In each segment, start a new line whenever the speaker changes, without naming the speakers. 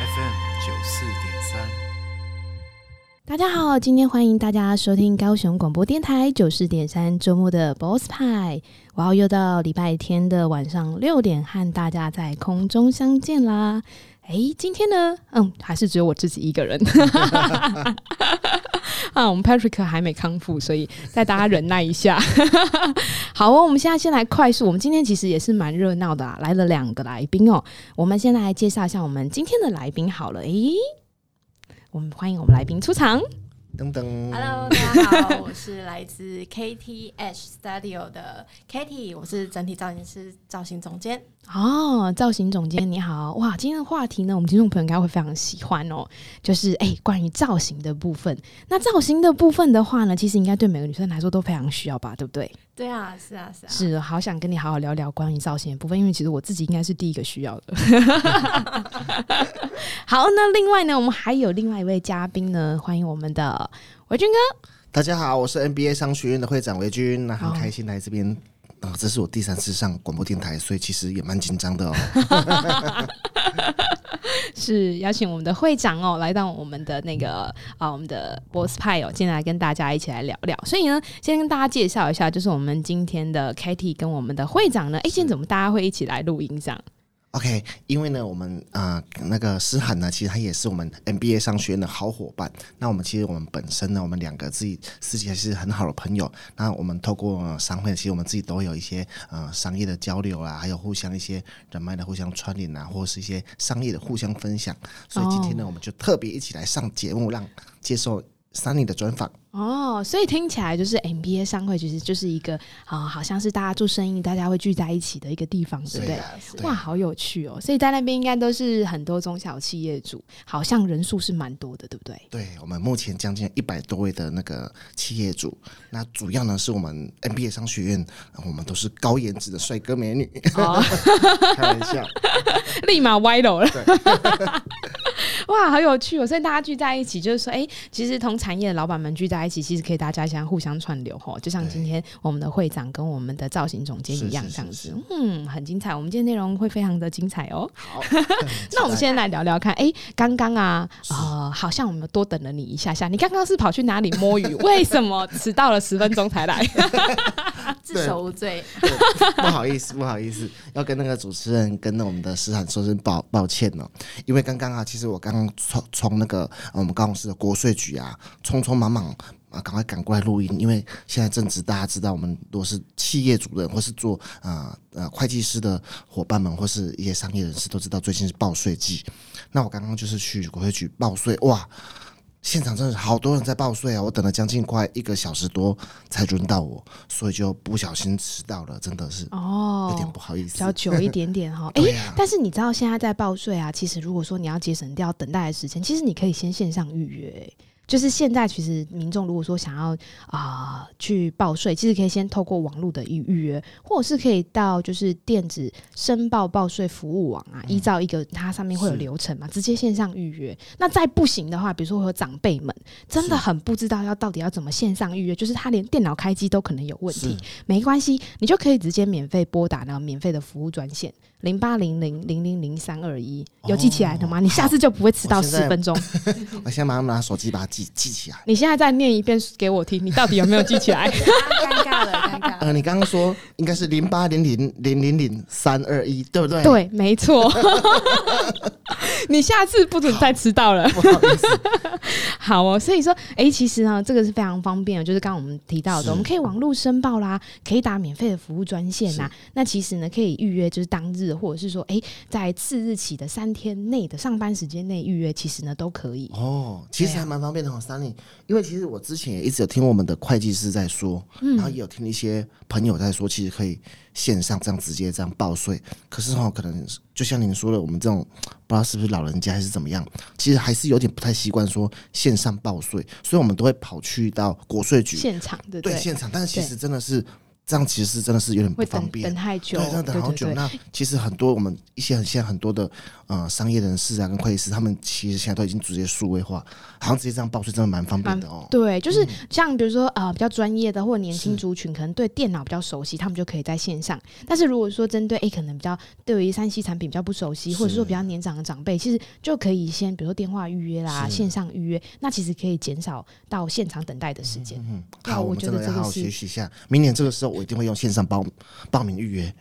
FM 九四点三。
大家好，今天欢迎大家收听高雄广播电台九十点三周末的 Boss 派。哇哦，又到礼拜天的晚上六点，和大家在空中相见啦！哎，今天呢，嗯，还是只有我自己一个人。 啊，我们 Patrick 还没康复，所以再大家忍耐一下。 好哦，我们现在先来快速，我们今天其实也是蛮热闹的啊，来了两个来宾哦。我们先来介绍一下我们今天的来宾好了。诶，我们欢迎我们来宾出场。
噔噔
Hello，大家 好，我是来自 KTH Studio 的 Katy，我是整体造型师、造型总监。
哦，造型总监你好，哇，今天的话题呢，我们听众朋友应该会非常喜欢哦，就是哎、关于造型的部分。那造型的部分的话呢，其实应该对每个女生来说都非常需要吧，对不对？
对啊，是啊，是啊，
是，好想跟你好好聊聊关于造型的部分，因为其实我自己应该是第一个需要的。 好，那另外呢，我们还有另外一位嘉宾呢，欢迎我们的维军哥。
大家好，我是 NBA 商学院的会长维军，那很
好
开心来这边。啊、这是我第三次上广播电台，所以其实也蛮紧张的哦。
是邀请我们的会长哦，来到我们的那个啊，我们的 Boss 派哦，今天来跟大家一起来聊聊。所以呢，先跟大家介绍一下，就是我们今天的 Katy 跟我们的会长呢，哎，今天怎么大家会一起来录音这样？
OK，因为呢，我们啊、呃那个诗涵呢，其实他也是我们 MBA 商学院的好伙伴。那我们其实我们本身呢，我们两个自己私底下是很好的朋友。那我们透过、呃商会，其实我们自己都有一些呃商业的交流啦，还有互相一些人脉的互相串联啊，或者是一些商业的互相分享。所以今天呢，我们就特别一起来上节目，让接受 Sunny 的专访。
哦，所以听起来就是 MBA 商会其实就是一个啊、好像是大家做生意，大家会聚在一起的一个地方，对不对？
啊对
哇，好有趣哦！所以在那边应该都是很多中小企业主，好像人数是蛮多的，对不 对？
对我们目前将近一百多位的那个企业主，那主要呢是我们 MBA 商学院，呃我们都是高颜值的帅哥美女，
哦，
开玩笑。
立马歪楼了。 哇，好有趣哦！所以大家聚在一起，就是说，哎、其实同产业的老板们聚在一起，其实可以大家相互相串流吼，就像
对
今天我们的会长跟我们的造型总监一样，
是
这
是是
样子
是，
嗯，很精彩。我们今天内容会非常的精彩哦。
好，
那我们先来聊聊看，哎、刚刚啊，呃，好像我们多等了你一下下，你刚刚是跑去哪里摸 鱼？为什么迟到了十分钟才来？
自首无罪。
不好意思，不好意思，要跟那个主持人跟我们的师长说声抱抱歉哦，因为刚刚啊，其实我刚刚从从那个、呃我们高雄市的国税局啊，匆匆忙忙。啊，赶快赶过来录音，因为现在正值大家知道，我们如果是企业主任或是做啊呃会计师的伙伴们，或是一些商业人士，都知道最近是报税季。那我刚刚就是去国税局报税，哇，现场真的是好多人在报税啊！我等了将近快一个小时多才轮到我，所以就不小心迟到了，真的是
哦
有点不好意
比
思
较。久一点点 哈。哎、
对啊
但是你知道现在在报税啊，其实如果说你要节省掉等待的时间，其实你可以先线上预约、就是现在，其实民众如果说想要啊、去报税，其实可以先透过网络的预预约，或者是可以到就是电子申报报税服务网啊，依照一个它上面会有
是
流程嘛，直接线上预约。那再不行的话，比如说我有长辈们真的很不知道要到底要怎么线上预约，就是他连电脑开机都可能有问题
是。
没关系，你就可以直接免费拨打那个免费的服务专线零八零零零零零三二一，有记起来的吗？你下次就不会迟到
哦我现
十
在
分钟。
我先马上拿手机把它记记起来。
你现在再念一遍给我听，你到底有没有记起 来？
尴尬了，尴尬了。
呃，你刚刚说应该是零八零零零零零三二一，对不对？，
对，没错。 你下次不准再迟到了。
不好意思，
好哦，所以说，哎、其实呢，这个是非常方便的，就是刚刚我们提到的，
是
我们可以网络申报啦，可以打免费的服务专线呐、那其实呢，可以预约就是当日，或者是说，哎、在次日起的三天内的上班时间内预约，其实呢都可以。
哦，其实
对啊
还蛮方便的哦，Sunny。因为其实我之前也一直有听我们的会计师在说，然后也有听一些朋友在说，其实可以线上这样直接这样报税。可是哦，可能就像您说的，我们这种不知道是不是老人家还是怎么样，其实还是有点不太习惯说线上报税，所以我们都会跑去到国税局
现场对不
对现场，但是其
对
实真的是这样其实是真的是有点不
会
方
等
便
等。太久，
对，真的等好久。
对对
那其实很多我们一些很现在很多的呃商业人士啊，跟会计师，他们其实现在都已经直接数位化，好像直接这样报税真的蛮方便的哦。
对，就是像比如说呃比较专业的或年轻族群，可能对电脑比较熟悉，他们就可以在线上。但是如果说针对诶、可能比较对于三 C 产品比较不熟悉，或者说比较年长的长辈，其实就可以先比如说电话预约啦，
是
线上预约，那其实可以减少到现场等待的时间。
嗯，
对啊
好，
我
我们
觉
真
得
的
这
要
个
好好
是
学习一下。明年这个时候，我一定会用线上报报名预约。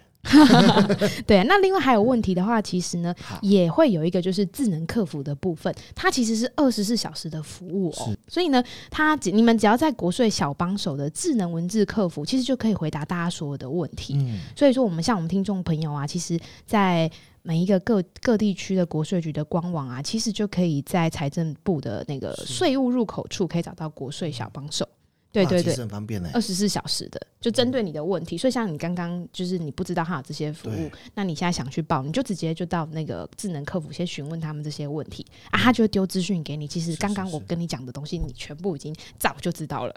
对，那另外还有问题的话，其实呢
好
也会有一个就是智能客服的部分，它其实是二十四小时的服务哦。所以呢，它只你们只要在国税小帮手的智能文字客服，其实就可以回答大家所有的问题。
嗯，
所以说，我们像我们听众朋友啊，其实，在每一个各各地区的国税局的官网啊，其实就可以在财政部的那个税务入口处可以找到国税小帮手。对
哇
对
其
对
实，很方便呃嘞。
二十四小时的，就针对你的问题。所以像你刚刚就是你不知道他有这些服务
对，
那你现在想去报，你就直接就到那个智能客服先询问他们这些问题啊，他就会丢资讯给你。其实刚刚我跟你讲的东西，你全部已经早就知道了。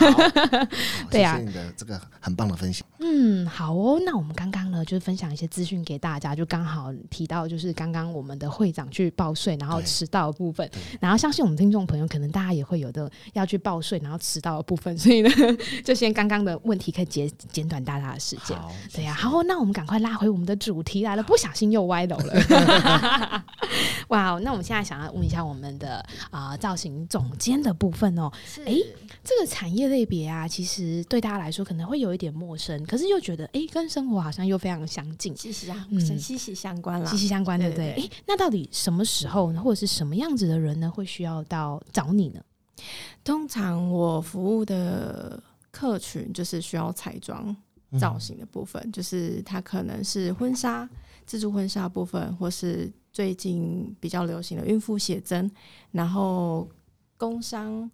好
对啊
谢谢你的这个很棒的分享。
嗯，好哦。那我们刚刚呢，就是分享一些资讯给大家，就刚好提到就是刚刚我们的会长去报税，然后
对
迟到的部分。然后相信我们听众朋友，可能大家也会有的要去报税，然后迟到的部分。 所以呢，就先刚刚的问题可以减减短大家的时间。
好，
对呀、好，哦那我们赶快拉回我们的主题来了，不小心又歪楼了。 哇哦，那我们现在想要问一下我们的啊、呃造型总监的部分哦，
是
诶这个产业类别啊，其实对大家来说可能会有一点陌生，可是又觉得哎、诶跟生活好像又非常相近，
息息相
嗯
息息相关啦
息。息相关，对
对
不对？哎、
对
那到底什么时候呢，或者是什么样子的人呢，会需要到找你呢？
通常我服务的客群就是需要彩妆造型的部分，就是它可能是婚纱、自助婚纱部分，或是最近比较流行的孕妇写真，然后工商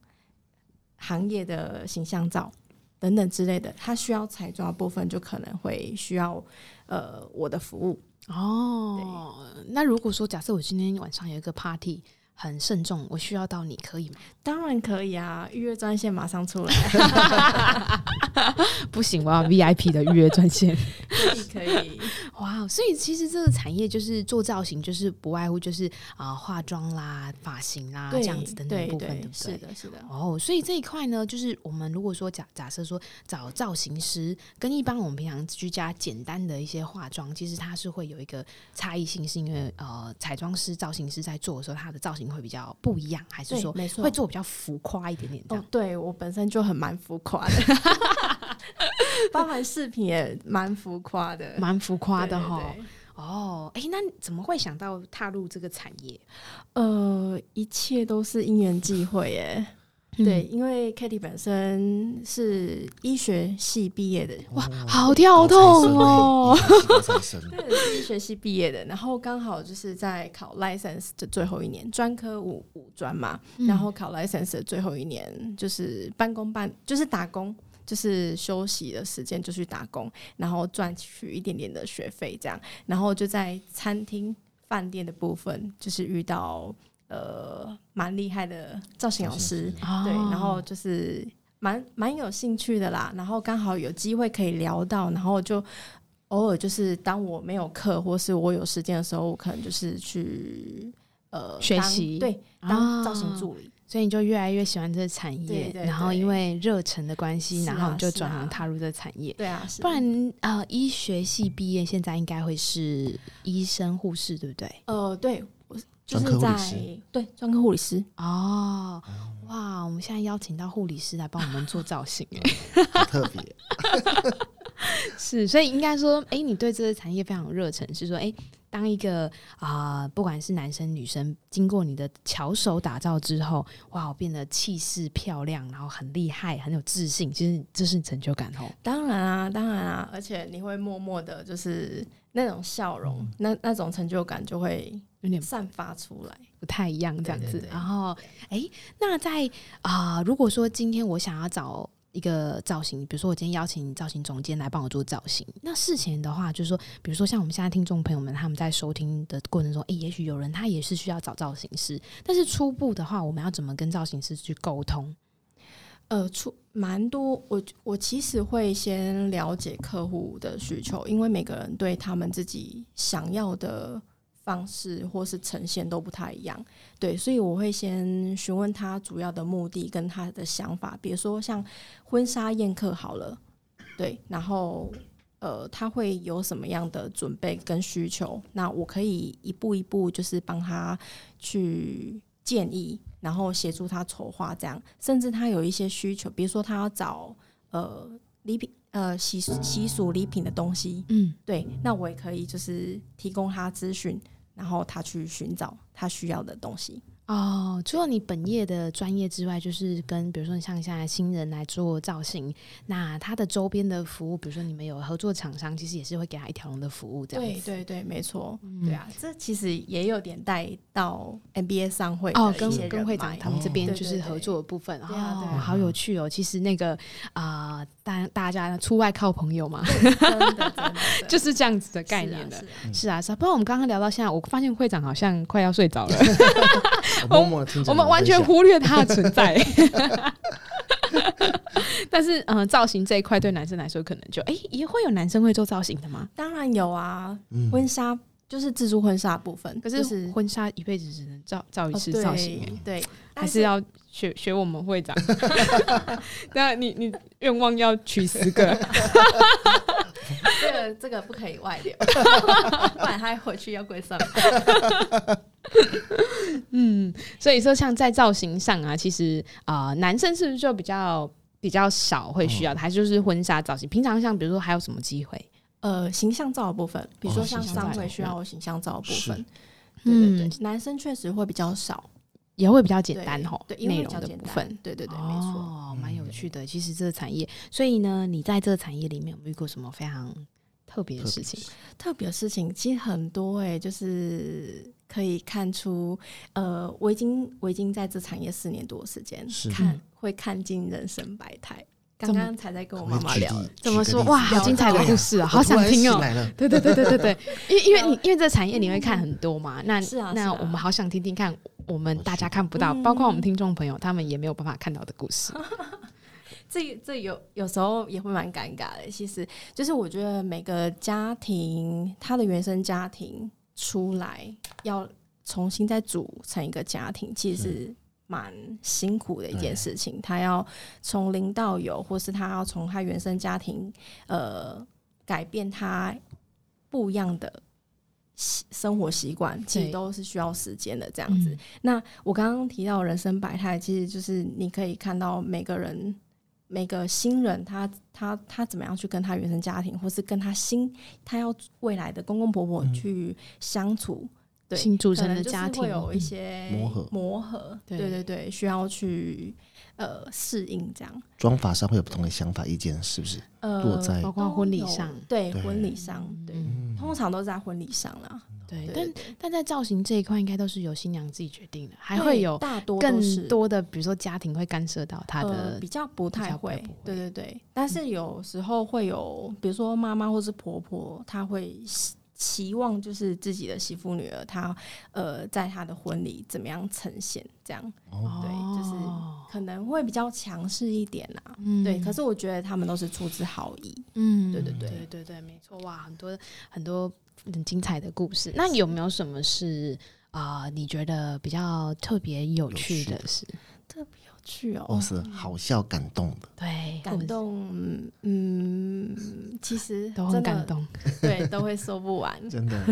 行业的形象照等等之类的，它需要彩妆的部分就可能会需要呃我的服务。
哦，那如果说假设我今天晚上有一个 party。很慎重，我需要到你可以吗？
当然可以啊，预约专线马上出来，
不行，我要 VIP 的预约专线。
可以可以。
哇哦，所以其实这个产业就是做造型，就是不外乎就是啊、化妆啦、发型啦啊这
对
样子等等的
对
部分，
对
对不对
是？的，是的。
哦，所以这一块呢，就是我们如果说假假设说找造型师，跟一般我们平常居家简单的一些化妆，其实它是会有一个差异性，是因为呃，彩妆师、造型师在做的时候，它的造型会比较不一样，还是
对
说
没错
会做比较浮夸一点点这
哦
样？，
对我本身就很蛮浮 夸的，包含饰品也蛮浮夸的，
蛮浮夸的哈
哦对。对对
哦，哎、那怎么会想到踏入这个产业？
呃，一切都是因缘际会耶。对，因为 k a t i e 本身是医学系毕业的，
哇，好跳痛哦！
高材生，高材生
对，是医学系毕业的，然后刚好就是在考 license 的最后一年，专科五五专嘛，然后考 license 的最后一年就是半工半，就是打工，就是休息的时间就去打工，然后赚取一点点的学费这样，然后就在餐厅、饭店的部分，就是遇到呃蛮厉害的造型老师，
哦
对，然后就是蛮蛮有兴趣的啦，然后刚好有机会可以聊到，然后就偶尔就是当我没有课或是我有时间的时候，我可能就是去呃
学
当
习
对，
啊
当造型助理。
所以你就越来越喜欢这个产业，
对对
然后
对
因为热忱的关系，
是啊
然后你就转
是
行
啊
踏入这个产业。
对啊，是
不然呃，医学系毕业现在应该会是医生、护士，对不对？
呃，对我是就
专科
是
护理
在
师
对专科护理师，
哦，哇，我们现在邀请到护理师来帮我们做造型，哎，
好特别。
是，所以应该说，哎，你对这个产业非常有热忱，是说，哎，当一个啊、不管是男生女生，经过你的巧手打造之后，哇，我变得气势漂亮，然后很厉害，很有自信，其实这是成就感哦。
当然啊，当然啊，而且你会默默的，就是那种笑容，
嗯
那那种成就感就会
有点
散发出来。
不太一样这样子。
对对对
然后，诶，那在啊、如果说今天我想要找一个造型，比如说我今天邀请造型总监来帮我做造型，那事前的话，就是说，比如说像我们现在听众朋友们他们在收听的过程中，诶，也许有人他也是需要找造型师，但是初步的话，我们要怎么跟造型师去沟通？
呃，出蛮多，我我其实会先了解客户的需求，因为每个人对他们自己想要的方式或是呈现都不太一样，对，所以我会先询问他主要的目的跟他的想法，比如说像婚纱宴客好了，对，然后呃，他会有什么样的准备跟需求，那我可以一步一步就是帮他去建议，然后协助他筹划这样，甚至他有一些需求，比如说他要找呃礼品呃习习俗礼品的东西，
嗯，
对，那我也可以就是提供他资讯，然后他去寻找他需要的东西。
哦，除了你本业的专业之外，就是跟比如说你像现在新人来做造型，那他的周边的服务，比如说你们有合作厂商，其实也是会给他一条龙的服务，这样
对
子。
对对，没错，对啊，这其实也有点带到 NBA 商会
哦
的，一些
跟跟
人
会长
脉
他们这边
对
就
对
是
对
合作的部分，
对啊对
哦
啊
好有趣哦。其实那个啊，大大家出外靠朋友嘛，
真的真的 真的
就是这样子的概
啊是啊
念的。
是啊
是啊，是啊。不过我们刚刚聊到现在，我发现会长好像快要睡着了，
我默默地听着
我
你的
们完全
分享
忽略它的存在。 但是，嗯、造型这一块对男生来说，可能就哎、也会有男生会做造型的吗？
当然有啊，婚纱就是自助婚纱的部分，
可
就是是
婚纱一辈子只能造造一
哦
次
对
造型、哎
对，
还
但
是要学学我们会长。 那你你愿望要取十个，
这个这个不可以外 流，不然他回去要跪算盘。
嗯，所以说像在造型上啊，其实啊、呃男生是不是就比较比较少会需要的，还是就是婚纱造型？平常像比如说还有什么机会？
呃，形象照的部分，比如说
哦
像
形象
商
照
会需要啊形象照的部分，对
嗯
对对，男生确实会比较少，
也会比较简
对
单吼，
对，因为
内
比
容
较
的
简
部
单
分。，
对对对，没错。
哦，蛮有趣的。其实这个产业，所以呢，你在这个产业里面有没有遇过什么非常特别的事情？
特别的事情其实很多哎、就是可以看出，呃，我已经我已经在这产业四年多的时间，
是
看会看尽人生百态。刚
怎么
刚才在跟我
可不可
妈
以
妈
举
聊
例，
怎么
举个
说？
例
哇，
子
好精彩的故事啊，好想听
我突然醒
哦！
来了
对对对对对 对，因因为你因为这产业你会看很多嘛，那
是啊是
那
啊
我们好想听听看，我们大家看不到，
嗯
包括我们听众朋友，他们也没有办法看到的故 事。
这这有有时候也会蛮尴尬的。其实就是我觉得每个家庭，他的原生家庭出来要重新再组成一个家庭，其实是蛮辛苦的一件事情。他要从零到有，或是他要从他原生家庭呃改变他不一样的习。生活习惯其实
对
都是需要时间的，这样子。
嗯
那我刚刚提到人生百态，其实就是你可以看到每个人、每个新人他他他怎么样去跟他原生家庭，或是跟他新他要未来的公公婆婆去相处，对
嗯新组
可
成
能
的
就是
家庭嗯
会有一些
磨合
磨合，
对
对对对，需要去呃适应这样。
妆法上会有不同的想法意见，是不是？落
呃，
在
嗯包括婚礼
都有
上，
对
对
婚礼上，对，
嗯
通常都是在婚礼上啦。
对
对，对
但
对
但在造型这一块，应该都是由新娘自己决定的，还
对
会有
大多都
更
是
多的，比如说家庭会干涉到她
呃、
的
比较不
比
太
较不
会，
太不会
对对对。但是有时候会有，比如说妈妈或是婆婆，她会希期望就是自己的媳妇女儿，她呃在她的婚礼怎么样呈现，这样对就是
哦
可能会比较强势一点啦、
嗯
对，可是我觉得他们都是出自好意。
嗯，
对对
对
对
对对，没错，哇，很多很多很精彩的故事。那有没有什么是啊、呃你觉得比较特别有趣的事？
有趣哦，
哇塞，好笑感动的，
对，
感动，嗯，其实
我们都很
真的
感，动。
对，都会说不 完。
真的。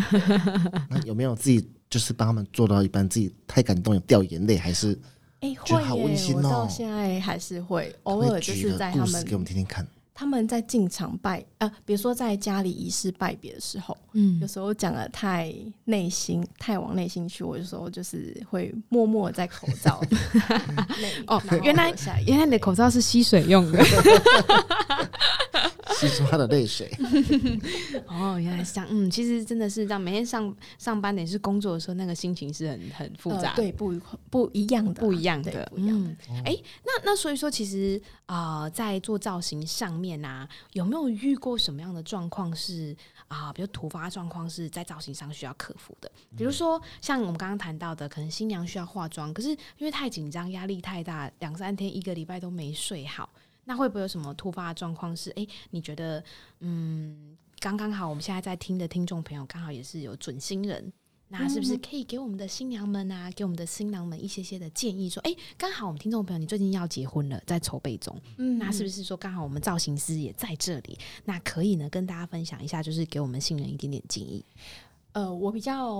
那有没有自己就是帮他们做到一半，自己太感动掉眼泪，还是
哎、
觉得
会
好
耶、
温馨
我到
哦
现在还是会偶
会
尔就
举
是
个
在他
故
们
事给我们听听看？
他们在进场拜呃，比如说在家里仪式拜别的时候，
嗯
有，时候讲的太内心，太往内心去，我有时候就是会默默地在口 罩内
哦
然后
原来
流下眼泪
原来你的口罩是吸水用的，
吸收他的泪 水。
哦，原来是这样。嗯，其实真的是这样，每天上上班等于是工作的时候，那个心情是很很复杂
呃对，不愉快不一样的啊，
不一样的
对，不一样的。
嗯，哎、那那所以说，其实啊、呃在做造型上面啊，有没有遇过什么样的状况是啊、比如突发状况是在造型上需要克服的？比如说像我们刚刚谈到的，可能新娘需要化妆，可是因为太紧张、压力太大，两三天、一个礼拜都没睡好，那会不会有什么突发的状况是？哎、你觉得嗯，刚刚好，我们现在在听的听众朋友刚好也是有准新人，那是不是可以给我们的新娘们啊，给我们的新郎们一些些的建议？说，哎、刚好我们听众朋友你最近要结婚了，在筹备中，
嗯
那是不是说刚好我们造型师也在这里，那可以呢跟大家分享一下，就是给我们新人一点点建议。
呃，我比较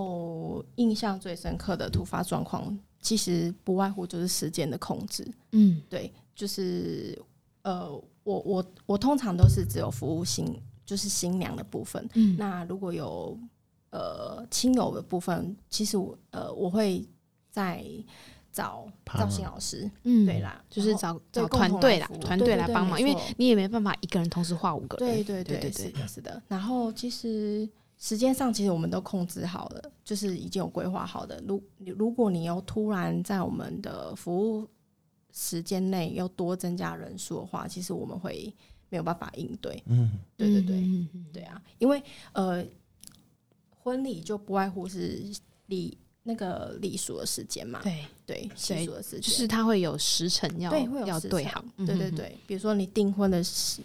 印象最深刻的突发状况，其实不外乎就是时间的控制。
嗯
对，就是呃，我我我通常都是只有服务新，就是新娘的部分。
嗯
那如果有呃亲友的部分，其实我呃我会再找造型老师，
嗯
对，啦，
就是
然后
找
对
找
共
团
同
队
来
啦
服务，
团
对
队
对
来
对
帮
没
忙，因为
错
你也没办法一个人同时画五个人。
对对
对对
对对，是的，是的。然后其实时间上其实我们都控制好了，就是已经有规划好的。如如果你又突然在我们的服务时间内又多增加人数的话，其实我们会没有办法应对。
嗯，
对对对、
嗯，嗯嗯
对啊，因为呃，婚礼就不外乎是礼那个礼俗的时间嘛，
对，
对习俗的时间，
就是他会有时辰要
对，会有
要
时
对
长
好，
对对
嗯，
对，比如说你订婚的时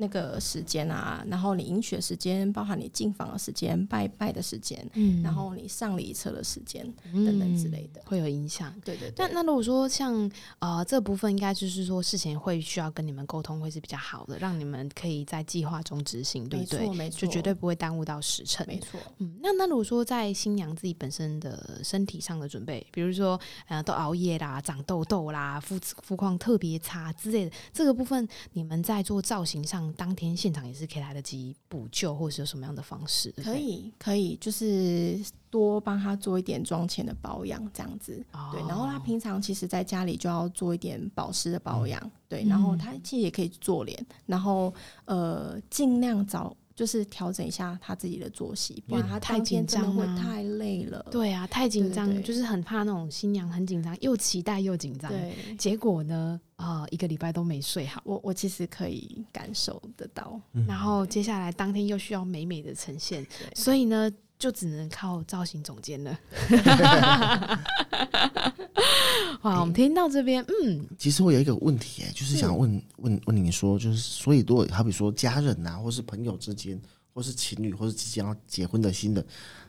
那个时间啊，然后你迎娶的时间，包含你进房的时间、拜拜的时间，
嗯
然后你上礼车的时间，
嗯
等等之类的
会有影响。
对对
那
对。
那如果说像呃这部分，应该就是说事前会需要跟你们沟通，会是比较好的，让你们可以在计划中执行，对
没
不
错
对？
没错，
就绝对不会耽误到时辰。
没错。
嗯，那那如果说在新娘自己本身的身体上的准备，比如说呃都熬夜啦、长痘痘啦、肤肤况特别差之类的，这个部分你们在做造型上，当天现场也是可以来得及补救，或是有什么样的方式？对不
可
对，
以，可以，就是多帮他做一点妆前的保养，这样子。
哦嗯
对，然后他平常其实在家里就要做一点保湿的保养，对，然后他其实也可以做脸，然后呃，尽量找就是调整一下他自己的作息，不然他
太
当
紧
天真的
张
会
啊
太累了。
对啊，太紧
对
张，
对
就是很怕那种新娘很紧张，又期待又紧张，
对，
结果呢，啊、一个礼拜都没睡好，
我我其实可以感受得到，
嗯
然后接下来当天又需要美美的呈现，
对
所以呢，就只能靠造型总监 了。哇，我们听到这边，嗯，
其实我有一个问题、欸，就是想问问问你说，就是所以如果好比说家人呐、或是朋友之间，或是情侣，或是即将要结婚的新人，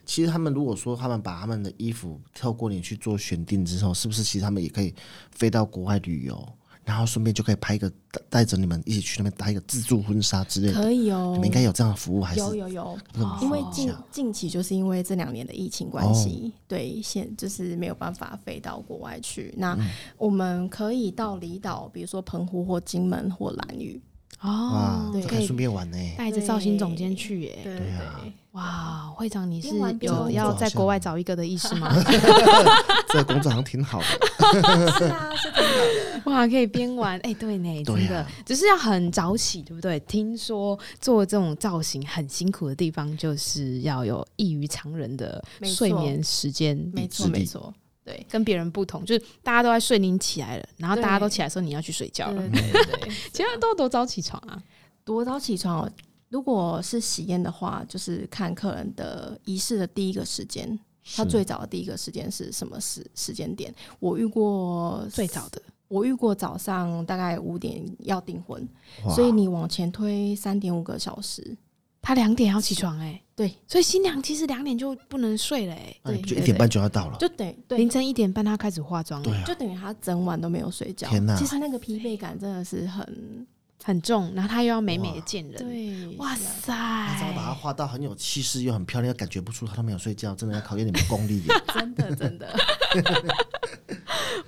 其实他们如果说他们把他们的衣服透过你去做选定之后，是不是其实他们也可以飞到国外旅游，然后顺便就可以拍一个带带着你们一起去那边搭一个自助婚纱之类的？
可以哦
你们应该有这样的服务，还是哦
有有有，
哦
跟我们
因为
说一
近
下
近期就是因为这两年的疫情
哦
关系，对，现就是没有办法飞到国外去。那
嗯
我们可以到离岛，比如说澎湖或金门或兰屿，
哦
哇，，这
可
可以
以
顺便玩呢、
带着造型总监去耶。
对
对啊
对
哇，会长，你是
边玩边
有
工
要
作
在
好
国
像
外找一个的意思 吗？
这个工作好像挺好的。
是啊，是真的。
哇，可以边玩，哎、对呢，真
对
的
啊，
只是要很早起，对不对？听说做这种造型很辛苦的地方，就是要有异于常人的
没错
睡眠时间，
没错
智力
没错，对
跟别人不同，就是大家都在睡，你起来了，然后
对
大家都起来的时候，你要去睡觉了
对，对对，
其他人都多早起床啊。
多早起床哦。如果是喜宴的话，就是看客人的仪式的第一个时间，他
是
最早的第一个时间是什么时时间点？我遇过
最早的
我遇过早上大概五点要订婚，
哇
所以你往前推三点五个小时，
他两点要起床、哎，
对，
所以新娘其实两点就不能睡了、哎，
那你
对
不就
对
一点
对
半就要到了，
就等于对
凌，晨一点半她开始化妆
对
了，
啊，
就等于他整晚都没有睡觉。
天哪
其实那个疲惫感真的是很
很重，然后她又要美美的
哇
见人，
对啊
哇
哇塞，
塞，
你只要
哎
把它画到很有气势又很 漂亮，感觉不出她都没有睡觉，真的要考验你们功力耶。
真的真的，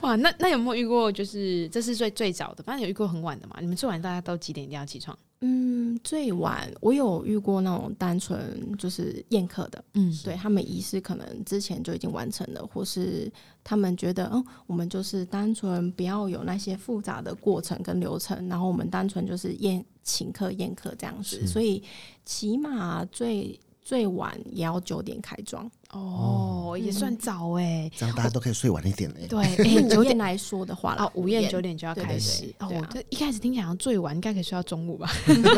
哇，那那有没有遇过？就是这是最最早的，反正有遇过很晚的嘛。你们最晚大家都几点一定要起床？
嗯，最晚我有遇过那种单纯就是宴客的，
嗯，
对他们仪式可能之前就已经完成了，或是他们觉得，哦，我们就是单纯不要有那些复杂的过程跟流程，然后我们单纯就是宴请客宴客这样子，所以起码最最晚也要九点开庄。
哦，也算早哎、
这样大家都可以睡晚一点嘞。
对，
以
哎、
酒
九
店
点
来说的话啦，
哦，午宴九点就要
对
开
对
始
对
哦
对啊。
这一开始听起来好像最晚应该可以睡到中午 吧，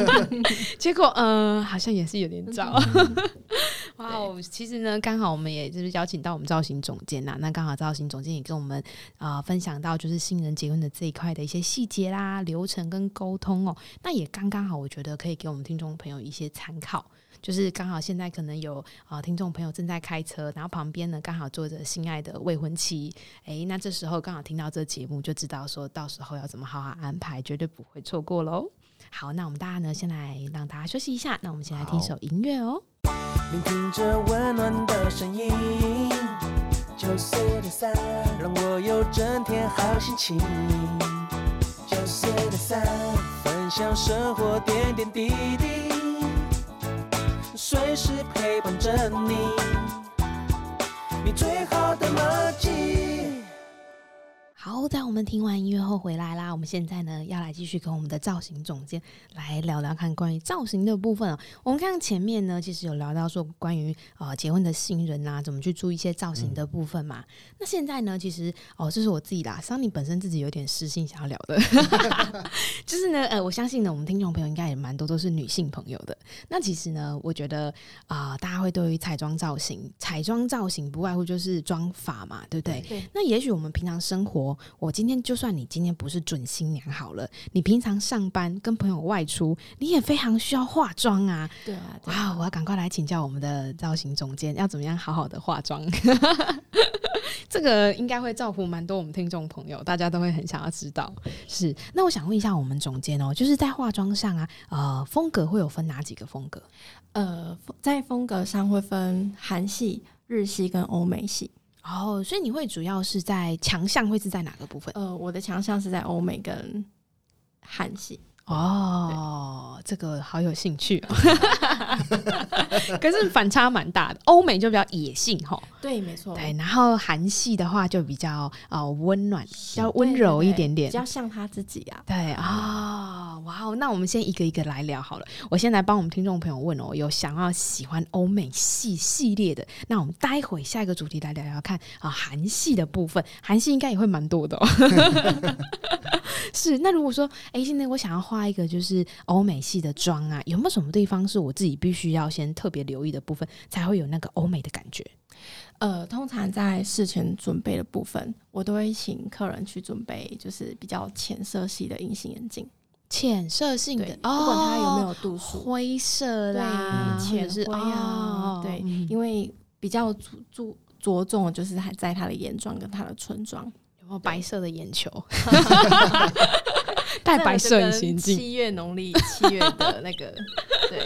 结果嗯、呃好像也是有点早。
嗯
哇哦，其实呢，刚好我们也就是邀请到我们造型总监啊呐，那刚好造型总监也跟我们啊、呃分享到就是新人结婚的这一块的一些细节啦、流程跟沟通哦，那也刚刚好，我觉得可以给我们听众朋友一些参考。就是刚好现在可能有啊、呃听众朋友正在开车，然后旁边呢刚好坐着心爱的未婚妻，诶，那这时候刚好听到这节目，就知道说到时候要怎么好好安排，绝对不会错过喽。好，那我们大家呢，先来让大家休息一下。那我们先来听一首音乐哦。
聆听着温暖的声音。九四点三，让我有整天好心情。九四点三，分享生活点点滴滴，随时陪伴着你，你最好的默契。
好，在我们听完音乐后回来啦。我们现在呢，要来继续跟我们的造型总监来聊聊看关于造型的部分哦。我们看前面呢，其实有聊到说关于呃结婚的新人啊，怎么去注意一些造型的部分嘛。那现在呢，其实哦，这是我自己啦，桑尼本身自己有点私心想要聊的，就是呢，呃，我相信呢，我们听众朋友应该也蛮多都是女性朋友的。那其实呢，我觉得啊、大家会对于彩妆造型，彩妆造型不外乎就是妆法嘛，对不对？
对
那也许我们平常生活，我今天就算你今天不是准新娘好了，你平常上班跟朋友外出，你也非常需要化妆啊！
对啊，对啊
哇，我要赶快来请教我们的造型总监，要怎么样好好的化妆？ 这个应该会造福蛮多我们听众朋友，大家都会很想要知道。是，那我想问一下我们总监哦，就是在化妆上啊，呃，风格会有分哪几个风格？
呃，在风格上会分韩系、日系跟欧美系。
哦，所以你会主要是在强项会是在哪个部分？
呃，我的强项是在欧美跟韩系。
哦，这个好有兴趣、 哦，可是反差蛮大的。欧美就比较野性哈，
对，没错，
对，然后韩系的话就比较呃温暖，比较温
对
柔
对
一
对
点点
比。较像他自己啊。
对啊，哇哦！那我们先一个一个来聊好了。我先来帮我们听众朋友问哦，有想要喜欢欧美系系列的，那我们待会下一个主题来聊聊看啊，韩系的部分，韩系应该也会蛮多的、 哦。是，那如果说，哎，现在我想要画一个就是欧美系的妆啊，有没有什么地方是我自己必须要先特别留意的部分，才会有那个欧美的感觉？
呃，通常在事前准备的部分，我都会请客人去准备，就是比较浅色系的隐形眼镜。
浅色性
对
的，，
不管它有没
哦
有度数，
灰色
对
啦，或者
浅
是
灰啊
哦，
对
嗯
因为比较注注着重的就是还在他的眼妆跟他的唇妆。
有没有白色的眼 球？ 戴白
这
色
个
隐
就跟
形镜
七月农历七月的那 个对，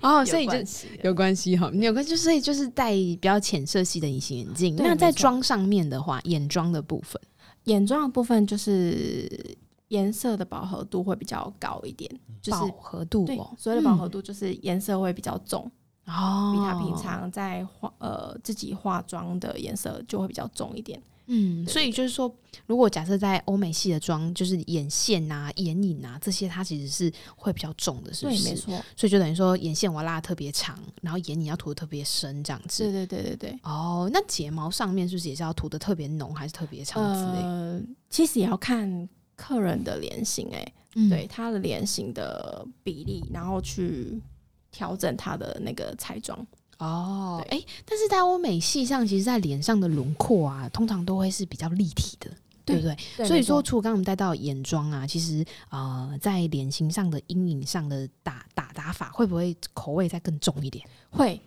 哦，
有
所以就
关系的
有关系哈，有关系，所以就是戴比较浅色系的隐形眼镜。
对
那在
没错
妆上面的话，眼妆的部分
眼妆的部分就是颜色的饱和度会比较高一点，就是
饱和度
对
哦，，
所谓的饱和度就是颜色会比较重，
嗯哦，
比他平常在化呃自己化妆的颜色就会比较重一点。
嗯，
对
所以就是说，如果假设在欧美系的妆，就是眼线啊、眼影啊这些，它其实是会比较重的，是不
对，没
是？
错，
所以就等于说，眼线我要拉得特别长，然后眼影要涂得特别深，这样子。
对对对对对。
哦，那睫毛上面是不是也是要涂的特别浓，还是特别长之类？
呃，其实也要看客人的脸型、欸，哎、
嗯
对，他的脸型的比例，然后去调整他的那个彩妆。
哦，哎、
对
但是在欧美系上，其实，在脸上的轮廓啊，通常都会是比较立体的，对不对？所以说，除了刚刚我们带到眼妆啊，其实呃，在脸型上的阴影上的打打打法，会不会口味再更重一点？
会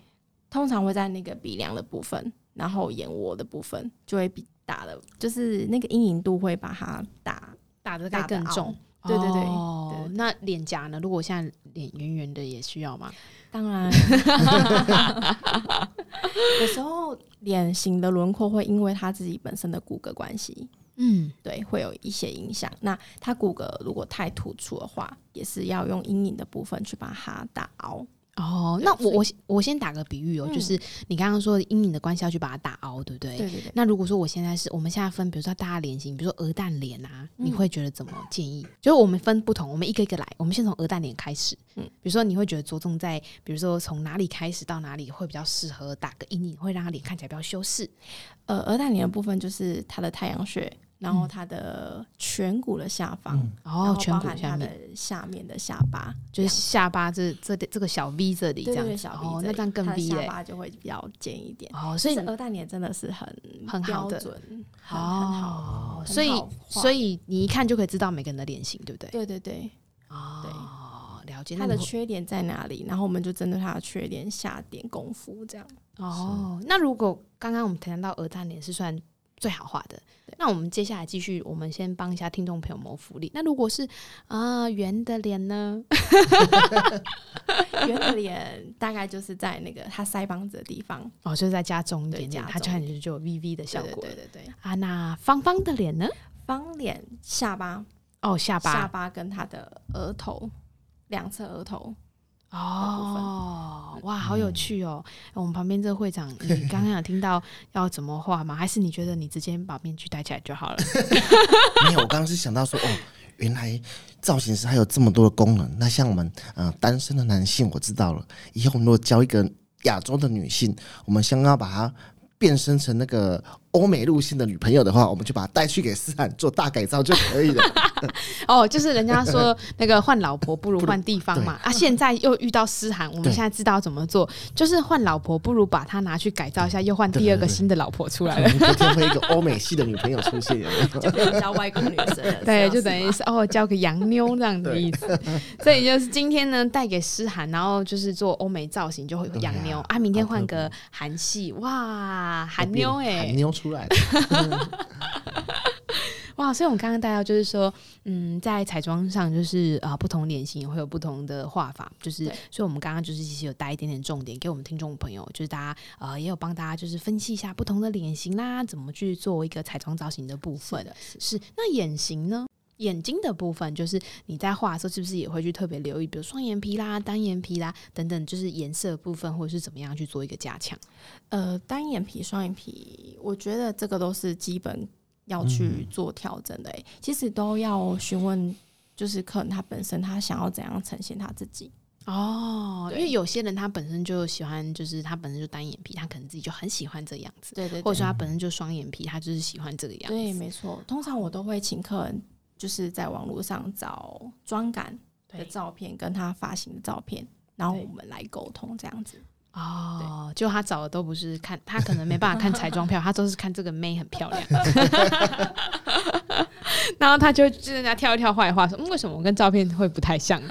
通常会在那个鼻梁的部分，然后眼窝的部分就会比打的，就是那个阴影度会把它打。
打的
再
更重
更重。对对对
哦
对对
那脸颊呢？如果我现在脸圆圆的，也需要吗？
当 然，有时候脸型的轮廓会因为他自己本身的骨骼关系，
嗯，
对，会有一些影响。那它骨骼如果太突出的话，也是要用阴影的部分去把它打凹。
哦，
对
那
所
我
以
我先我先打个比喻哦，
嗯
就是你刚刚说的阴影的关系要去把它打凹，对不对？
对对对，
那如果说我现在是我们现在分，比如说大家脸型，比如说鹅蛋脸啊，
嗯
你会觉得怎么建议？就是我们分不同，我们一个一个来，我们先从鹅蛋脸开始。嗯
嗯，
比如说你会觉得着重在，比如说从哪里开始到哪里会比较适合打个阴影，会让他脸看起来比较修饰。
呃，鹅蛋脸的部分就是它的太阳穴，然后
嗯
它的颧骨的下方，然
哦
后，
颧
包含
骨下
它的
面
下面的下巴，
就是下巴这这这个小 V 这里这
对对
样
对，
子，
小
哦，
鼻
那
子
这样更
它的
V
下
耶。
巴就会比较尖一点。
哦，所
所
以
以鹅蛋脸真的是很
很好
标
的
准，很很好。
哦，
很
所以
好画
所以你一看就可以知道每个人的脸型，对不对？
对对对，
哦，了解。那
它的
你会
缺点在哪里？然后我们就针对它的缺点下点功夫， 这样。
哦，那如果刚刚我们谈到鹅蛋脸是算最好画的，那我们接下来继续，我们先帮一下听众朋友谋福利。那如果是啊圆、的脸呢？
圆的脸大概就是在那个它腮帮子的地方，
哦，就是再加重一
对
点点，
加
它
重
看起来就有 V V 的 效
对
果
对
了
对对对，
啊。那方方的脸呢？
方脸、下巴、
哦，下巴
下巴跟它的额头，两侧额头，
哦，哇，好有趣哦！我们旁边这个会长，你刚刚有听到要怎么画吗？还是你觉得你直接把面具戴起来就好了？
没有，我刚刚是想到说，哦，原来造型师还有这么多的功能。那像我们呃单身的男性，我知道了，以后我们如果教一个亚洲的女性，我们先要把她变身成那个欧美路线的女朋友的话，我们就把她带去给斯坦做大改造就可以了。
哦，就是人家说那个换老婆不如换地方嘛啊！现在又遇到诗涵，我们
对
现在知道怎么做，就是换老婆不如把她拿去改造一下，又换第二个
对对对
新的老婆出来了。。
可 能隔天会有一个欧美系的女朋友出现，有没有
就变成叫外国女生了
对，
是
就
要
等
是
于是哦，交个洋妞这样的意思。所以就是今天呢，带给诗涵，然后就是做欧美造型就会有洋妞
对啊
啊。明天换
好
个
特哦
韩系，哇，韩 妞哎、
韩妞出来了，
哇，所以我们刚刚带到就是说，嗯，在彩妆上就是啊、呃不同脸型也会有不同的画法，就是
对
所以我们刚刚就是其实有带一点点重点给我们听众朋友，就是大家呃也有帮大家就是分析一下不同的脸型啦，怎么去做一个彩妆造型的部分。
的是
是那眼型呢？眼睛的部分，就是你在画的时候，是不是也会去特别留意，比如双眼皮啦、单眼皮啦等等，就是颜色的部分，或者是怎么样去做一个加强？
呃，单眼皮、双眼皮，我觉得这个都是基本要
嗯
去做调整的、欸。其实都要询问，就是客人他本身他想要怎样呈现他自己。
哦，因
对
为有些人他本身就喜欢，就是他本身就单眼皮，他可能自己就很喜欢这样子，
对对
或者
对，
说他本身就双眼皮，他就是喜欢这个样
对，
子。
没错。通常我都会请客人就是在网络上找妆感的
对
照片跟他发型的照片，然后
对
我们来沟通这样子。
哦，就他找的都不是看，他可能没办法看彩妆票，他都是看这个妹很漂亮， 然后他就就是人家跳一跳坏话，说、嗯、为什么我跟照片会不太像？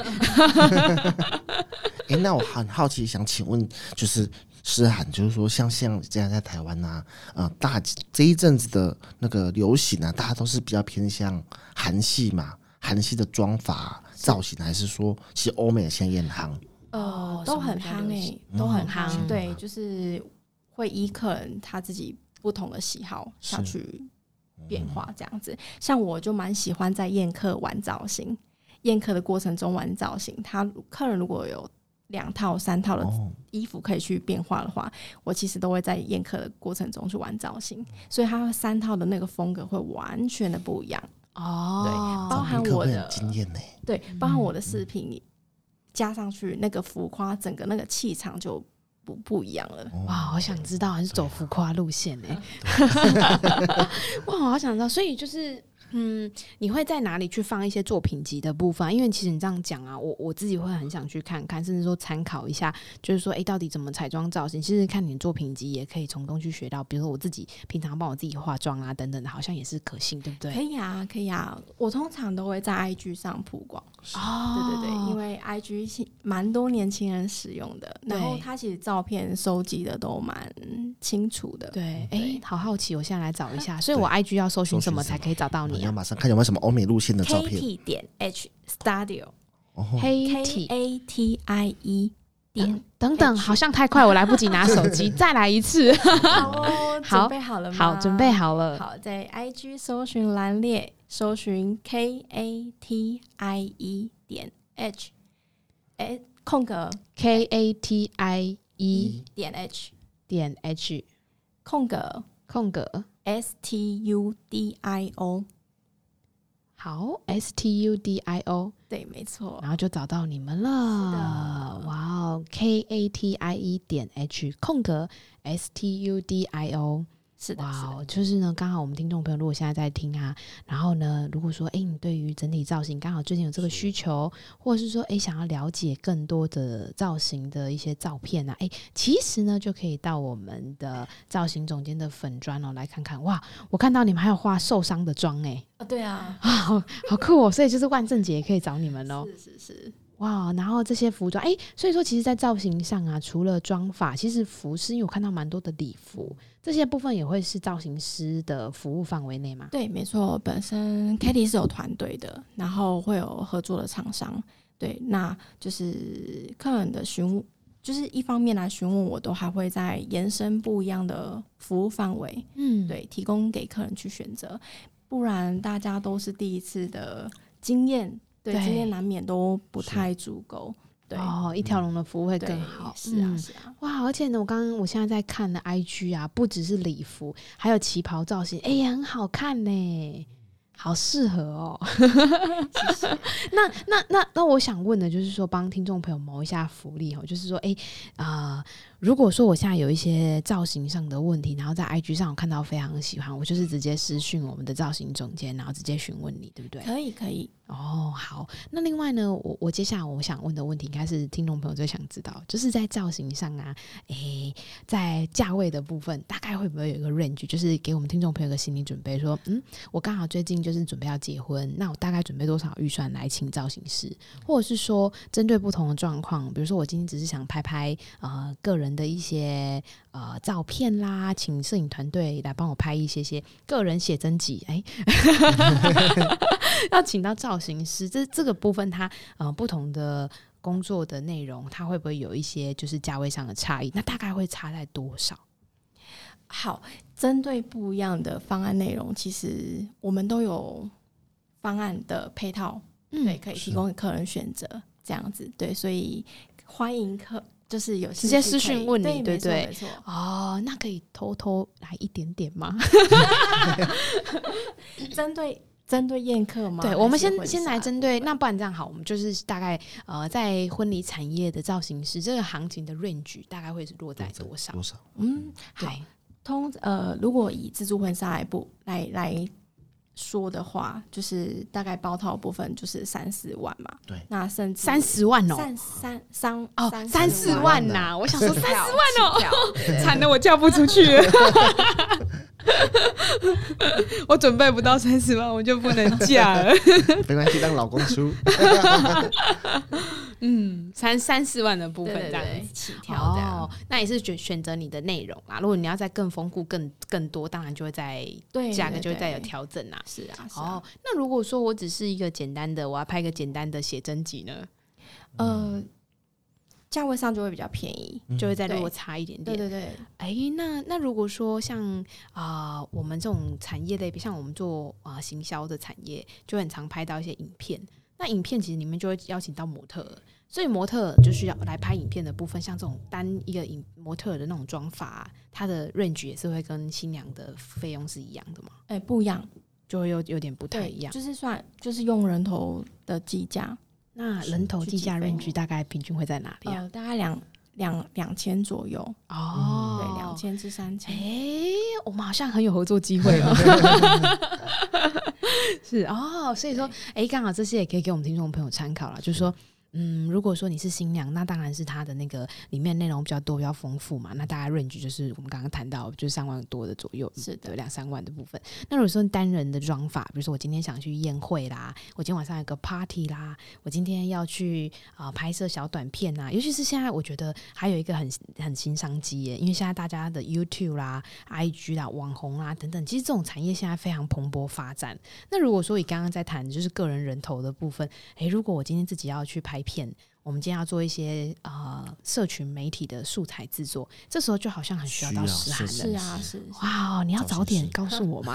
哎、那我很好奇，想请问，就是诗涵，就是说像像这样在台湾呐、啊，呃，大这一阵子的那个流行啊，大家都是比较偏向韩系嘛，韩系的妆法、造型，还是说其实欧美现在也很行？
哦
呃，
什
都
么
很
比较
夯
流
诶、
行嗯
都很
很
夯。
夯
对，就是会依客人他自己不同的喜好下
是
去
嗯
嗯
变化这样子。像我就蛮喜欢在宴客玩造型，宴客的过程中玩造型，他客人如果有。两套、三套的
哦，
衣服可以去变化的话，我其实都会在宴客的过程中去玩造型，所以他三套的那个风格会完全的不一样。
哦，
包含
宾客
我
会
的
很惊艳呢。
对，包含我的饰品加上去，那个浮夸，整个那个气场就不不一样了。
哦
哇，好想知道，还是走
啊
浮夸路线呢、
嗯
哇，我好想知道，所以就是。嗯，你会在哪里去放一些作品集的部分啊？因为其实你这样讲啊，我我自己会很想去看看，甚至说参考一下，就是说，诶，到底怎么彩妆造型？其实看你的作品集也可以从中去学到，比如说我自己平常帮我自己化妆啊等等的，好像也是可信，对不对
可？以啊，可以啊，我通常都会在 IG 上曝光。
哦
对对对，因为 IG 是蛮多年轻人使用的，然后
对
它其实照片收集的都蛮清楚的。
对，诶，
对啊
好好奇，我现在来找一下，所以我 IG 要搜寻
搜寻
什么
什
才可以找到
你
你
要
啊？
马上看有没有什么欧美路线的照片？
Katie 点 H Studio
哦，
黑
K
T
A T I E
嗯
点。
等等，好像太快，我来不及拿手 机，再来一次。
好哦，
好
准备好了吗？
好，准备。好了。
好，在 IG 搜寻蓝列，搜寻 K A T I E 点 H，哎，空格
K A T I E
点 H，
点 H
空格
空格
S T U D I O，
好 S T U D I O，
对，没错，
然后就找到你们了。哇哦，K A T I E 点 H 空格 S T U D I O。
是的，是
哇
的
哦，就是呢，刚好我们听众朋友如果现在在听啊，然后呢，如果说哎、诶你对于整体造型刚好最近有这个需求，或者是说哎、诶想要了解更多的造型的一些照片啊，哎、其实呢就可以到我们的造型总监的粉砖哦来看看。哇，我看到你们还有画受伤的妆哎、诶
啊，对啊，
啊，好 好酷哦！所以就是万圣节也可以找你们哦。
是是是，
哇，然后这些服装，哎、所以说其实，在造型上啊，除了妆法，其实服饰，因为我看到蛮多的礼服，这些部分也会是造型师的服务范围内嘛。
对，没错，本身 Kitty 是有团队的，然后会有合作的厂商，对，那就是客人的询问，就是一方面来询问我，都还会再延伸不一样的服务范围，
嗯，
对，提供给客人去选择，不然大家都是第一次的经验，对，
对
经验难免都不
是
太足够，对，
哦，一条龙的服务会
对
更好。
是啊，
嗯
是啊，
哇，而且呢，我刚刚我现在在看的 IG 啊，不只是礼服，还有旗袍造型，哎、也很好看呢，好适合哦。
谢谢。
那那那那，我想问的就是说，帮听众朋友谋一下福利哦，就是说，哎、啊、如果说我现在有一些造型上的问题，然后在 IG 上我看到非常喜欢，我就是直接私讯我们的造型总监，然后直接询问你，对不对？
可以可以，
哦，好。那另外呢，我我接下来我想问的问题，应该是听众朋友最想知道，就是在造型上啊，诶、在价位的部分，大概会不会有一个 range，就是给我们听众朋友一个心理准备，说，嗯，我刚好最近就是准备要结婚，那我大概准备多少预算来请造型师，或者是说针对不同的状况，比如说我今天只是想拍拍呃个人的一些呃照片啦，请摄影团队来帮我拍一些些个人写真集，哎、要请到造型师，这这个部分它呃不同的工作的内容，它会不会有一些就是价位上的差异？那大概会差在多少？
好，针对不一样的方案内容，其实我们都有方案的配套，
嗯
对，可以提供给客人选择这样子，对，所以欢迎客就是有
直接
兴趣
私讯
可以
问你对
对没错
对
没错，
哦，那可以偷偷来一点点吗？
针对针对宴客吗？
对，
还
我们
是
先
啊婚
先来
纱
针对，那不然这样好，我们就是大概呃，在婚礼产业的造型师这个行情的 range 大概会是落在多少？
多少？
嗯，好
对，，
通呃，如果以自助婚纱来不来来说的话，就是大概包套的部分就是三四万嘛，
对
那甚至
三十万哦，
三三三
哦，三
四
四万呐、我想说三
四万哦，
惨的我嫁不出去， 我准备不到三十万，我就不能嫁了。
没关系，让老公出。
嗯， 三三四万的部
对
分
对
这样
对
子，。
起跳这样。
哦，那也是选选择你的内容啦。如果你要再更丰富、更更多，当然就会再
对，
价格就会
对
再有。
对
调整啦。
是啊，是啊
哦，那如果说我只是一个简单的，我要拍一个简单的写真集呢，嗯
呃，价位上就会比较便宜。
就会再
对
落差一点
对
点。
对对，
哎，那那如果说像啊、呃我们这种产业类别，像我们做啊、呃行销的产业，就很常拍到一些影片。那影片其实里面就会邀请到模特儿，所以模特儿就是要来拍影片的部分，像这种单一个影模特儿的那种妆法、它的 range 也是会跟新娘的费用是一样的嘛，
哎，不一样，
就会有有点不太
对
一，样。
就是算就是用人头的计价，
那人头
去
计
计
价
费
range 大概平均会在哪里啊？
呃，大概两两两千左右，
哦，
对，两千至三
哎、
千。
我们好像很有合作机会
啊
哦。 是哦，所以说，哎、刚好这些也可以给我们听众朋友参考了，就是说。嗯，如果说你是新娘，那当然是她的那个里面内容比较多、比较丰富嘛。那大概 range 就是我们刚刚谈到，就是三万多的左右，
是的
对两三万的部分。那如果说单人的妆法，比如说我今天想去宴会啦，我今天晚上有个 party 啦，我今天要去啊、呃拍摄小短片啊，尤其是现在我觉得还有一个很很新商机耶，因为现在大家的 YouTube 啦、IG 啦、网红啦等等，其实这种产业现在非常蓬勃发展。那如果说你刚刚在谈就是个人人头的部分，诶，如果我今天自己要去拍片，我们今天要做一些呃社群媒体的素材制作，这时候就好像很需要到诗
需要
涵
是
了。
是啊，是
哇哦，你要
早
早点
晨
告诉 我吗？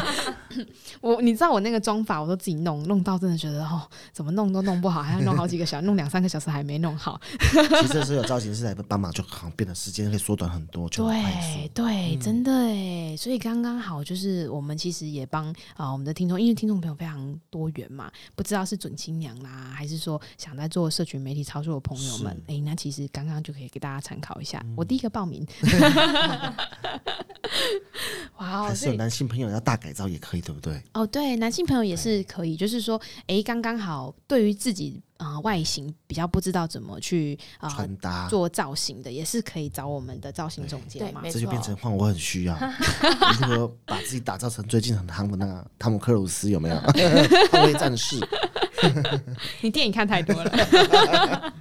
我你知道我那个妆法我都自己弄，弄到真的觉得哦，怎么弄都弄不好，还要弄好几个小时，弄两三个小时还没弄好。
其实这时候有造型师来帮忙，就好像变得时间可以缩短很多， 就很快速嗯
对对，真的哎，所以刚刚好就是我们其实也帮啊、呃我们的听众，因为听众朋友非常多元嘛，不知道是准新娘啦，还是说想在做社群媒体操作的朋友们，哎、那其实刚刚就可以给大家参考一下。我
嗯
第一个报 名， 哇哦，
还是
所
有
以
男性朋友要大改造也可以，对不对？
哦，对，男性朋友也是可以，就是说，哎，刚刚好，对于自己啊、呃外形比较不知道怎么去啊、呃
穿搭
做造型的，也是可以找我们的造型总监
对
嘛
没。
这就变
错
成换我很 需要，如何把自己打造成最近很夯的那个汤姆克鲁斯 有没有？捍卫战士，
你电影看太多了。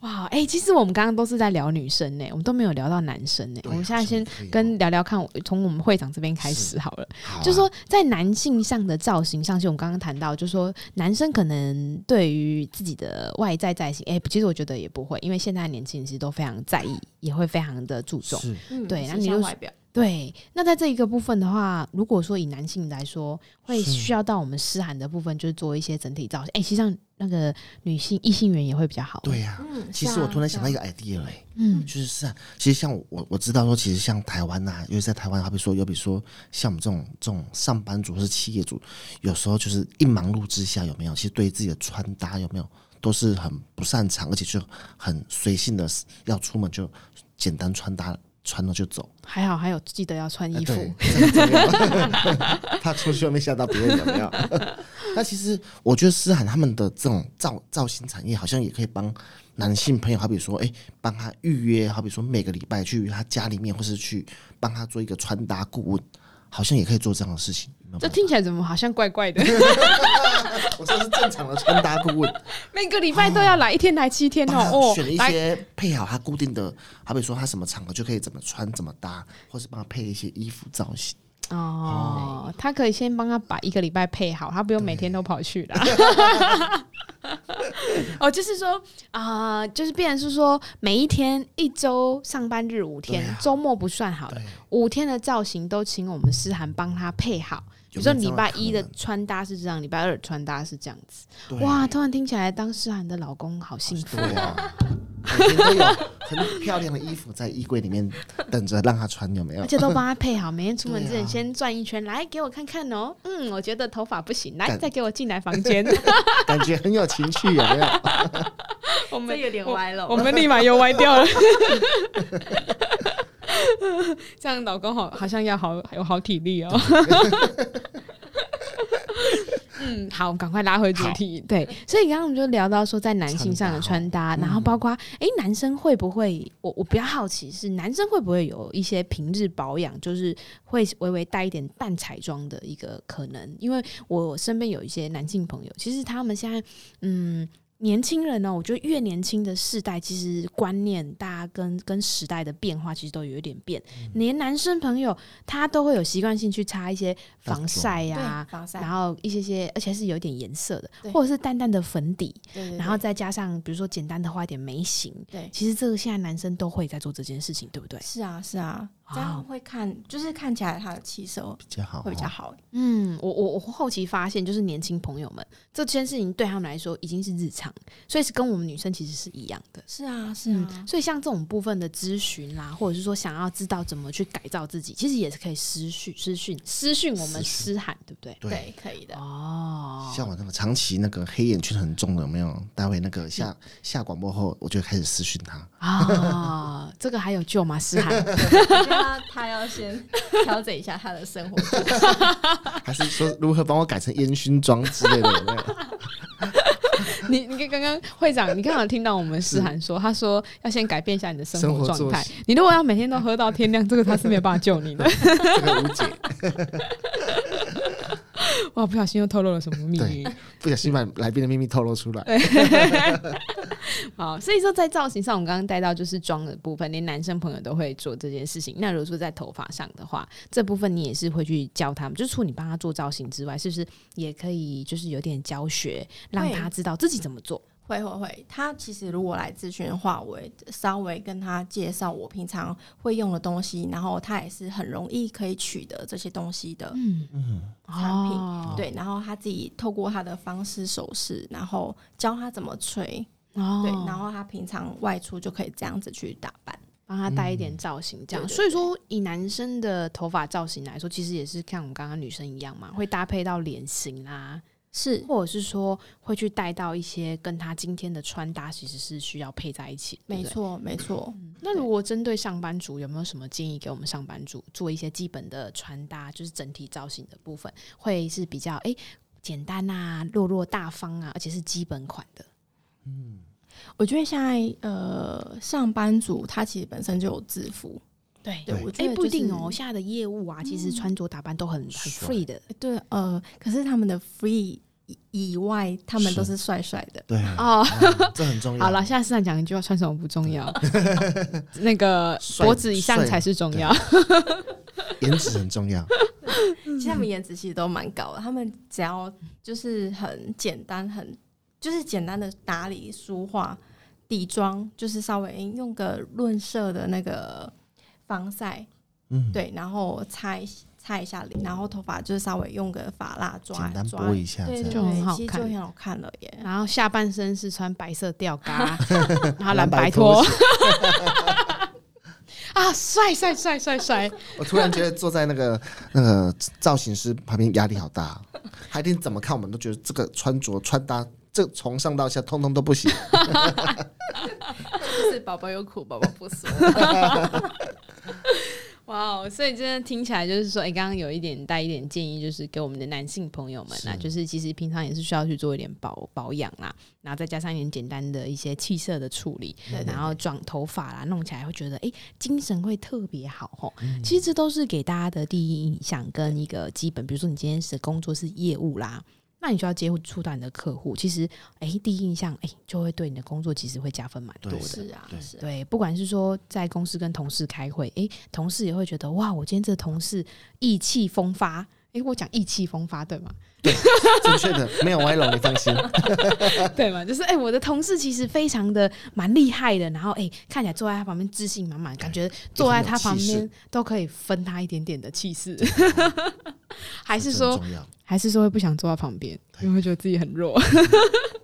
哇，哎、其实我们刚刚都是在聊女生呢、我们都没有聊到男生呢、
对
我们现在先
好像可以哦
跟聊聊看，从我们会长这边开始好了。
好啊
就是说，在男性上的造型上，其实我们刚刚谈到，就是说男生可能对于自己的外在造型，哎、其实我觉得也不会，因为现在年轻人其实都非常在意，也会非常的注重。
是
嗯
对那
形
你
象
就
外表
对，那在这一个部分的话，如果说以男性来说，会需要到我们湿寒的部分，就是做一些整体造型。哎、其实上那个女性异性缘也会比较好。
对，呀、
嗯
其
是
实我
啊
突然
是
想
啊
到一个 idea 哎、
嗯，
就是是啊，其实像我我我知道说，其实像台湾呐、因为在台湾，好比说，有比说像我们这种这种上班族或是企业主，有时候就是一忙碌之下，有没有？其实对自己的穿搭有没有都是很不擅长，而且就很随性的，要出门就简单穿搭穿了就走。
还好还有记得要穿衣服。
哎呃对，这很重 要怕出去外面吓到别人有没 有？那其实我觉得思涵他们的这种造造型产业，好像也可以帮男性朋友，好比说，哎、帮他预约，好比说每个礼拜去他家里面，或是去帮他做一个穿搭顾问，好像也可以做这样的事情。有没有
这
办法
听起来怎么好像怪怪 的？
我 这是正常的穿搭顾问，
每个礼拜都要来，一天来七天
帮
哦。
他
哦
啊选了一，
来
些配好他固定的，好比说他什么场合就可以怎么穿怎么搭，或是帮他配一些衣服造型。
哦，他可以先帮他把一个礼拜配好，他不用每天都跑去啦。 哦，就是说啊、就是变成是说每一天一周上班日五天
对啊，
周、末不算好了，五天的造型都请我们诗涵帮他配好。比如说
有没有
礼
这样的
拜一的
可能
穿搭是这样，礼拜二的穿搭是这样子。
对
哇，突然听起来当诗涵的老公好幸福。
对啊，每天都有很漂亮的衣服在衣柜里面等着让他穿，有 没有
而？且都帮他配好，每天出门之
对
前
啊
先转一圈，来给我看看哦。嗯，我觉得头发不行，来
感
再给我进来房间。
感觉很有情趣，有没有？
我们
这有点歪了
我们立马又歪掉 了。这样老公好好像要好有好体力哦。嗯，好，赶快拉回主题。对，所以刚刚我们就聊到说，在男性上的穿搭，然后包括诶，男生会不会？我我比较好奇是，男生会不会有一些平日保养，就是会微微带一点淡彩妆的一个可能？因为我身边有一些男性朋友，其实他们现在嗯，年轻人呢、我觉得越年轻的世代，其实观念大家跟跟时代的变化其实都有一点变。连男生朋友他都会有习惯性去擦一些防晒呀、
啊对防晒
然后一些些，而且是有一点颜色的，
对
或者是淡淡的粉底，
对对对
然后再加上比如说简单的画一点眉形。
对
其实这个现在男生都会在做这件事情，对不对？
是啊是啊，这
哇哦
样会看就是看起来他的气色
比较好哦，
会比较好。
嗯，我我我后期发现，就是年轻朋友们这件事情对他们来说已经是日常，所以是跟我们女生其实是一样的。
是啊是啊，
嗯所以像这种部分的咨询啦，或者是说想要知道怎么去改造自己，其实也是可以私讯、私讯、私讯我们私喊，对不对？
对
对，可以的。
哦，
像我那个长期那个黑眼圈很重的，有没有？待会那个下下广播后，我就开始私讯他。
啊，这个还有救吗？思涵，
我觉得他要先调整一下他 的生活，
还是说如何帮我改成烟熏妆之类的？有没有？
你你刚刚会长，你刚好听到我们思涵说，他说要先改变一下你的生活
生活
状
作
态
息。
你如果要每天都喝到天亮，这个他是没有办法救你的。
这个无解，
哇，不小心又透露了什么秘密
对？，不小心把来宾的秘密透露出来。
好，所以说在造型上，我们刚刚带到就是妆的部分，连男生朋友都会做这件事情。那如果说在头发上的话，这部分你也是会去教他们，就除你帮他做造型之外，是不是也可以就是有点教学，让
会
他知道自己怎么做？
会会会，他其实如果来咨询的话，我也稍微跟他介绍我平常会用的东西，然后他也是很容易可以取得这些东西的。
嗯嗯，
产品
哦，
对，然后他自己透过他的方式手势，然后教他怎么吹，
哦，
对，然后他平常外出就可以这样子去打扮。
帮他带一点造型，这样。
对对
所以说，以男生的头发造型来说，其实也是像我们刚刚女生一样嘛，会搭配到脸型啦，
是
或者是说会去带到一些跟他今天的穿搭其实是需要配在一起。对
没
不对。
错，没错。
那如果针对上班族，有没有什么建议给我们上班族做一些基本的穿搭，就是整体造型的部分，会是比较诶简单啊、落落大方啊，而且是基本款的。
我觉得现在呃，上班族他其实本身就有制服，
对
对
对
我觉
哎、
得、嗯
不一定哦，，现在的业务啊，其实穿着打扮都很很
帅
free 的。
对，呃，可是他们的 free 以以外，他们都
是
是帅帅的。
对，
哦，
嗯这很重 要。
好了，，下次再讲一句话，穿什么不重 要，那个脖子以上才是重要。
颜值很重要。
嗯
其实他们颜值其实都蛮高的，他们只要就是很简单，很就是简单的打理、梳化、底妆，就是稍微用个润色的那个防晒，
嗯，，
对，然后擦一擦一下脸，然后头发就是稍微用个发蜡抓
简单
抓
拨一下这
对对
样。
就很好
对，其实
看
就很好看了耶。
然后下半身是穿白色吊 嘎，然后蓝
蓝
白
白
拖
拖
啊，帅帅帅帅帅！
我突然觉得坐在那个那个造型师旁边压力好大，海定怎么看我们都觉得这个穿着穿搭，这从上到下通通都不行。
就是宝宝有苦，宝宝不说。
哇哦，所以真的听起来就是说，哎、刚刚有一点带一点建议，就是给我们的男性朋友们啊，
是
就是其实平常也是需要去做一点保保养啦，然后再加上一点简单的一些气色的处理，
对
然后妆头发啦，弄起来会觉得哎、诶精神会特别好吼。
嗯
其实这都是给大家的第一印象跟一个基本，比如说你今天是工作是业务啦。那你就要接触到你的客户，其实，哎、第一印象，哎、就会对你的工作其实会加分蛮多
对
的。
是啊，是啊，
对，不管是说在公司跟同事开会，诶，同事也会觉得哇，我今天这同事意气风发。诶，我讲意气风发对吗？
正确的，没有歪楼，你放心。
对吗？就是诶，我的同事其实非常的蛮厉害的，然后诶，看起来坐在他旁边自信满满，感觉坐在他旁
哎很有气势哦
边都可以分他一点点的气势， 还是
这很
说
重要，
还是说会不想坐在旁边，因为会觉得自己很弱。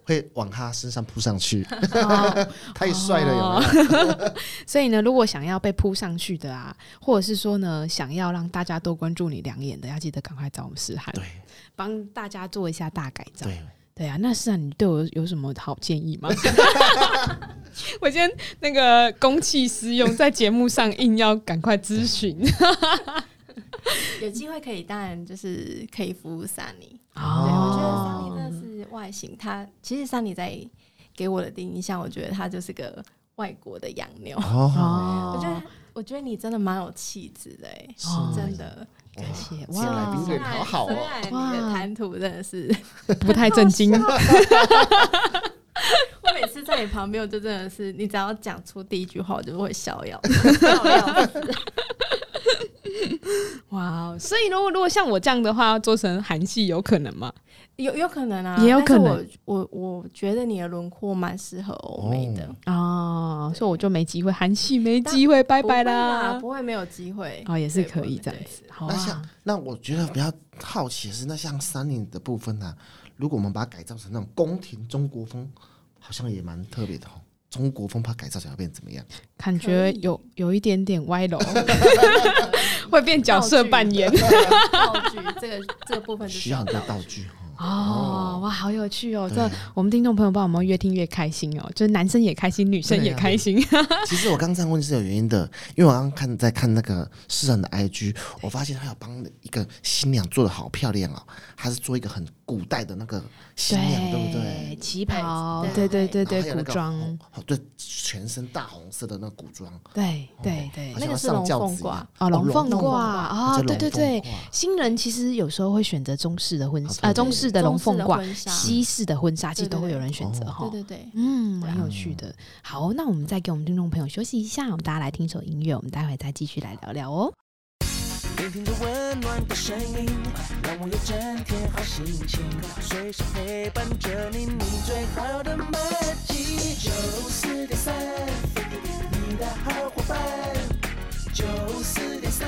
会往他身上扑上去，
哦
太帅了，有没有？
所以呢，如果想要被扑上去的啊，或者是说呢，想要让大家多关注你两眼的，要记得赶快找我们诗涵，
对，
帮大家做一下大改造。
对，
对啊，那诗涵，你对我有什么好建议 吗？ 我今天那个公器私用，在节目上硬要赶快咨 询
有机会可以，当然就是可以服务萨尼。对，我觉得桑尼
哦，
真的是外形，他其实桑尼在给我的第一印象，我觉得他就是个外国的洋妞。
哦，
哦，
我觉得，我觉得你真的蛮有气质的、欸，
是
真的。
哇
感谢
今天来宾
哇
哦对你好好
虽
哦，
然虽然你的
哇
谈吐真的是，
不太震惊，
我每次在你旁边，我就真的是，你只要讲出第一句话，我就会笑 要笑要死。
哇！哦，所以如果如果像我这样的话，要做成韩系有可能吗？
有有可能啊，
也有
但是
可能
我我我觉得你的轮廓蛮适合欧美的，
哦
哦，所以我就没机会，韩系没机会，拜拜
不会
啦
啦，。不会没有机会
哦，也是
对
可以
不会
这样
对
子，好
那像
啊。
那我觉得比较好奇的是，那像三林的部分呢、啊如果我们把它改造成那种宫廷中国风，好像也蛮特别的哦。中国风把它改造起来会变怎么样？
感
可
觉
以
有有一点点歪楼，会变角色扮演。
道具这个这个部分就是
需要很多道具哦。
哦，哇，好有趣哦！这
对
我们听众朋友，不知道有没有越听越开心哦？就是男生也开心，女生也开心。
其实我刚这样问是有原因的，因为我刚刚看在看那个诗人的 IG，我发现他有帮一个新娘做的好漂亮哦，他是做一个很古代的那个新娘，对不对？
旗袍，对
对
对对对，
然后还有
古
那个
装
红，哦，对，全身大红色的那个古装，
对对对
那
好。像
个
要
是
上
龙
轿
凤
子一样
褂。
哦，龙凤
龙凤
褂
褂
啊，
而且
对
龙
对
凤
对
褂，
新人其实有时候会选择中式的婚
好
纱，呃，
特别
中式的龙凤
中式的
褂，
婚纱
西式的婚纱，其实
对对
都会
对
有人选择哈。
哦
对对对，
嗯，
对
蛮
啊
有趣的。好，那我们再给我们听众朋友休息一下，我们大家来听首音乐，我们待会再继续来聊聊哦。
聆听着温暖的声音，让我有整天好心情，随时陪伴着你，你最好的默契。九四点三，你的好伙伴。九四点三，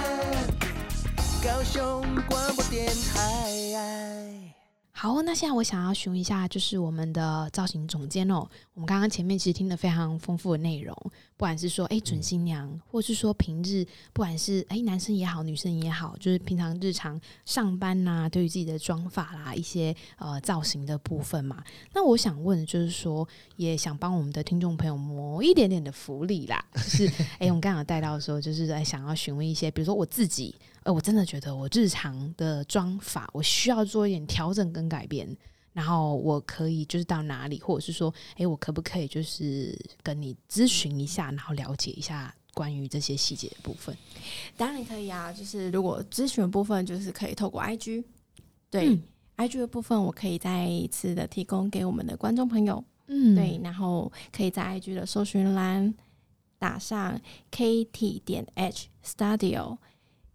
高雄广播电台。
好，那现在我想要询问一下，就是我们的造型总监哦，我们刚刚前面其实听了非常丰富的内容，不管是说哎准新娘，或是说平日，不管是哎男生也好，女生也好，就是平常日常上班呐、对于自己的妆发啦，一些呃造型的部分嘛。那我想问，就是说也想帮我们的听众朋友谋一点点的福利啦，就是哎我们刚刚有带到说，就是哎想要询问一些，比如说我自己呃，我真的觉得我日常的妆法，我需要做一点调整跟改变。然后我可以就是到哪里，或者是说，诶，我可不可以就是跟你咨询一下，然后了解一下关于这些细节的部分？
当然可以啊，就是如果咨询的部分，就是可以透过 IG，对、
嗯
IG 的部分，我可以再一次的提供给我们的观众朋友，
嗯
对，，然后可以在 IG 的搜寻栏打上 KT 点 H Studio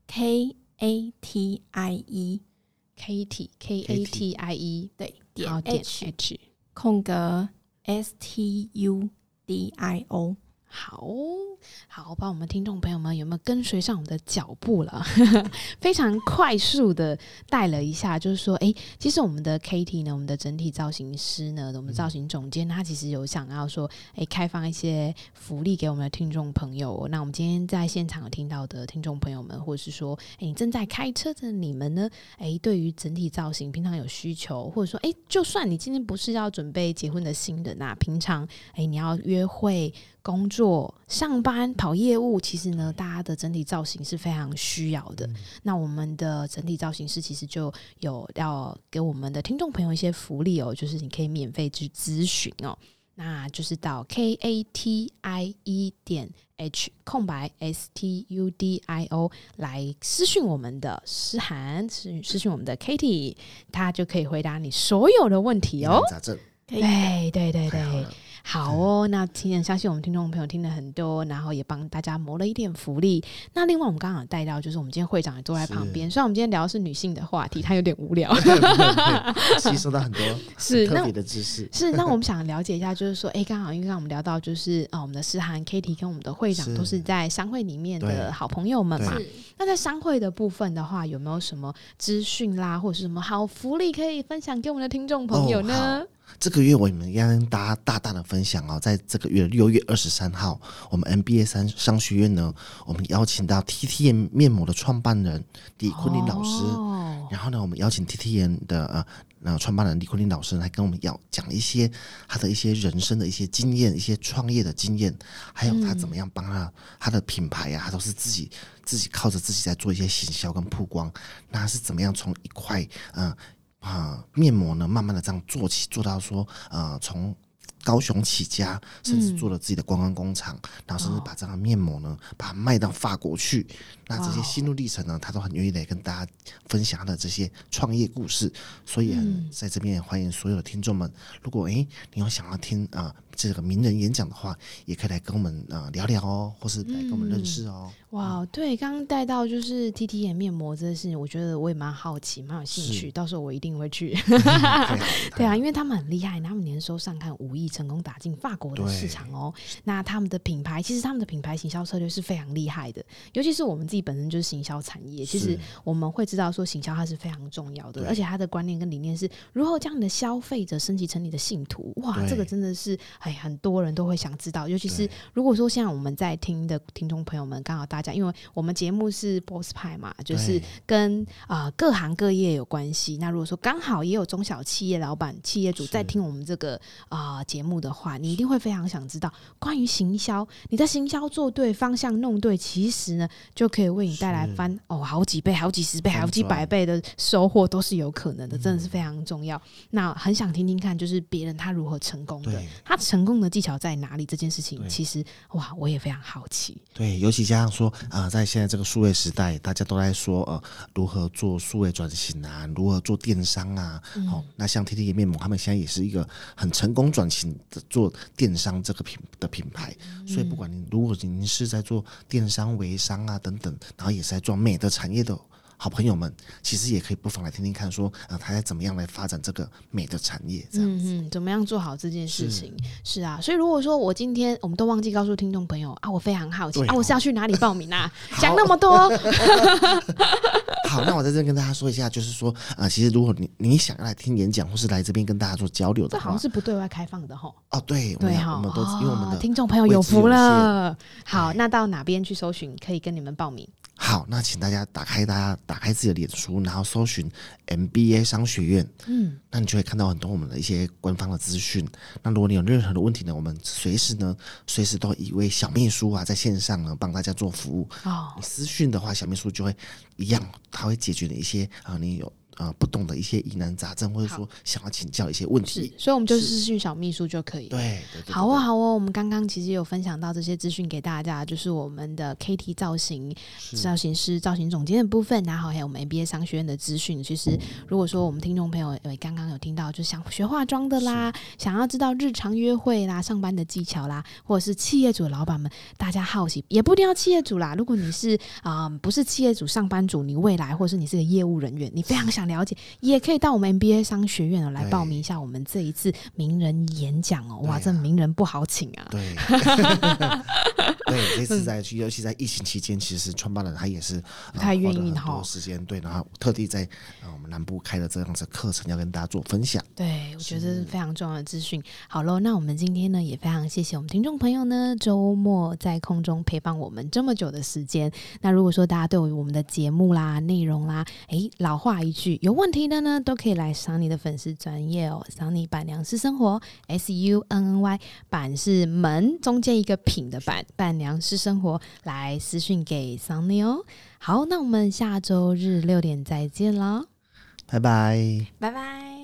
K A T I E
，K T K A T I E，
对点
然后点
H
H，
空格 S T U D I O。
好好，不知道我们听众朋友们有没有跟随上我们的脚步了？ 非常快速的带了一下，就是说，诶，其实我们的 Kitty 呢，我们的整体造型师呢，我们的造型总监，他其实有想要说，诶，开放一些福利给我们的听众朋友哦。那我们今天在现场有听到的听众朋友们，或者是说，诶，你正在开车的你们呢，诶，对于整体造型平常有需求，或者说，诶，就算你今天不是要准备结婚的新人啊，平常，诶，你要约会。工作、上班、跑业务，其实呢，大家的整体造型是非常需要
嗯
的。那我们的整体造型师其实就有要给我们的听众朋友一些福利哦，就是你可以免费去咨询哦。那就是到 k a t i e 点 h 空白 s t u d i o 来私讯我们的诗涵，私讯私讯我们的 Kitty，她就可以回答你所有的问题哦。
杂症，
可以
对对对
太好
对
了，，
好哦，那今天相信我们听众朋友听了很多，然后也帮大家谋了一点福利。那另外我们刚刚有带到，就是我们今天会长也坐在旁边，虽然我们今天聊的是女性的话 题，他有点无聊。
吸收到很多
是
特
那
别的知识。
是，那我们想了解一下，就是说，哎、刚好因为刚刚我们聊到，就是啊、呃我们的诗涵、Kitty 跟我们的会长
是
都是在商会里面的
对
好朋友们嘛
对。
那在商会的部分的话，有没有什么资讯啦，或者是什么好福利可以分享给我们的听众朋友呢？
这个月我们要跟大家大大的分享哦，在这个月六月二十三号，我们 MBA 商商学院呢，我们邀请到 TTM 面膜的创办人李坤林老师，
哦
然后呢，我们邀请 TTM 的呃呃创办人李坤林老师来跟我们要讲一些他的一些人生的一些经验、一些创业的经验，还有他怎么样帮他、他的品牌啊，他都是自己自己靠着自己在做一些行销跟曝光，那他是怎么样从一块呃啊、面膜呢，慢慢的这样做起，做到说呃从。高雄起家，甚至做了自己的观光工厂，然后甚至把这样的面膜呢，把它卖到法国去。那这
哇哦
些心路历程呢，他都很愿意来跟大家分享他的这些创业故事。所以
嗯
很在这边也欢迎所有的听众们，如果诶你有想要听啊、这个名人演讲的话，也可以来跟我们啊、聊聊哦，或是来跟我们
嗯
认识 哦。
哇，对，刚刚带到就是 T T 眼面膜这件事情，我觉得我也蛮好奇，蛮有兴趣，
是
到时候我一定会去。
太好了
对啊，因为他们很厉害，他们年收上看五亿，成功打进法国的市场哦。那他们的品牌，其实他们的品牌行销策略是非常厉害的，尤其是我们自己本身就是行销产业，其实
是
我们会知道说行销它是非常重要的，
对
而且它的观念跟理念是如何将你的消费者升级成你的信徒。哇，
对
这个真的是哎，很多人都会想知道，尤其是
对
如果说像我们在听的听众朋友们，刚好大家因为我们节目是 Boss 派嘛，就是
对
跟啊、呃各行各业有关系。那如果说刚好也有中小企业老板、企业主
是
在听我们这个啊、呃节目的话，你一定会非常想知道关于行销，你的行销做对方向弄对，其实呢就可以为你带来
是
翻哦好几倍、好几十倍、
翻
好几百
转
倍的收获都
嗯
是有可能的，真的是非常重要。那很想听听看，就是别人他如何成功的
对，
他成成功的技巧在哪里这件事情，
对
其实哇，我也非常好奇。
对，尤其加上说啊、呃在现在这个数位时代，大家都在说呃如何做数位转型啊，如何做电商啊。
嗯
好、那像 T T 面膜，他们现在也是一个很成功转型的做电商这个品的品牌。
嗯
所以不管您如果您是在做电商、微商啊等等，然后也是在做美的产业的。好朋友们，其实也可以不妨来听听看说，啊，他在怎么样来发展这个美的产业，这样、
嗯嗯，怎么样做好这件事情？是啊，所以如果说我今天我们都忘记告诉听众朋友啊，我非常好奇、
对
啊，
哦
我是要去哪里报名 啊？讲那么多，
好，那我在这边跟大家说一下，就是说啊、呃其实如果你你想要来听演讲，或是来这边跟大家做交流
这
的
好
话
像，是不对外开放的 吼。
哦，对，我们
对
要
哈，
我们都因为我们
哦
的
听众朋友
位
有
置
福
有
了。好，
对
那到哪边去搜寻可以跟你们报名？
好，那请大家打开大家打开自己的脸书，然后搜寻 MBA 商学院，
嗯，
那你就会看到很多我们的一些官方的资讯。那如果你有任何的问题呢，我们随时呢随时都有一位小秘书啊在线上呢帮大家做服务。
哦，
你私讯的话，小秘书就会一样，他会解决你一些啊、呃你有啊、呃不懂的一些疑难杂症，或者说想要请教一些问
是
题。，
所以我们就是私讯小秘书就可以。
对。对对对
好哦，好哦，我们刚刚其实有分享到这些资讯给大家，就是我们的 KT 造型造型师、造型总监的部分，然后还有我们 MBA 商学院的资讯。其实，如果说我们听众朋友呃刚刚有听到，就想学化妆的啦，想要知道日常约会啦、上班的技巧啦，或者是企业主的老板们，大家好奇，也不一定要企业主啦。如果你是啊、呃不是企业主、上班族，你未来或者是你是个业务人员，你非常想了解，也可以到我们 MBA 商学院哦来
对
报名一下我们这一次名人演讲哦。哇，
对
这
啊
名人不好请啊。
对，对，这次在去，尤其在疫情期间，其实创办人他也是
嗯不太愿意
呃花了很
哈
多时间对，然后特地在呃我们南部开了这样子的课程，要跟大家做分享。
对，我觉得这是非常重要的资讯。好喽，那我们今天呢也非常谢谢我们听众朋友呢，周末在空中陪伴我们这么久的时间。那如果说大家对我们的节目啦、内容啦，诶，老话一句，有问题的呢都可以来赏你的粉丝专业哦，赏你板娘私生活 S U N N Y 板是门中间一个品的板，板娘私生活来私讯给桑尼哦。好，那我们下周日六点再见喽，
拜拜。
拜拜。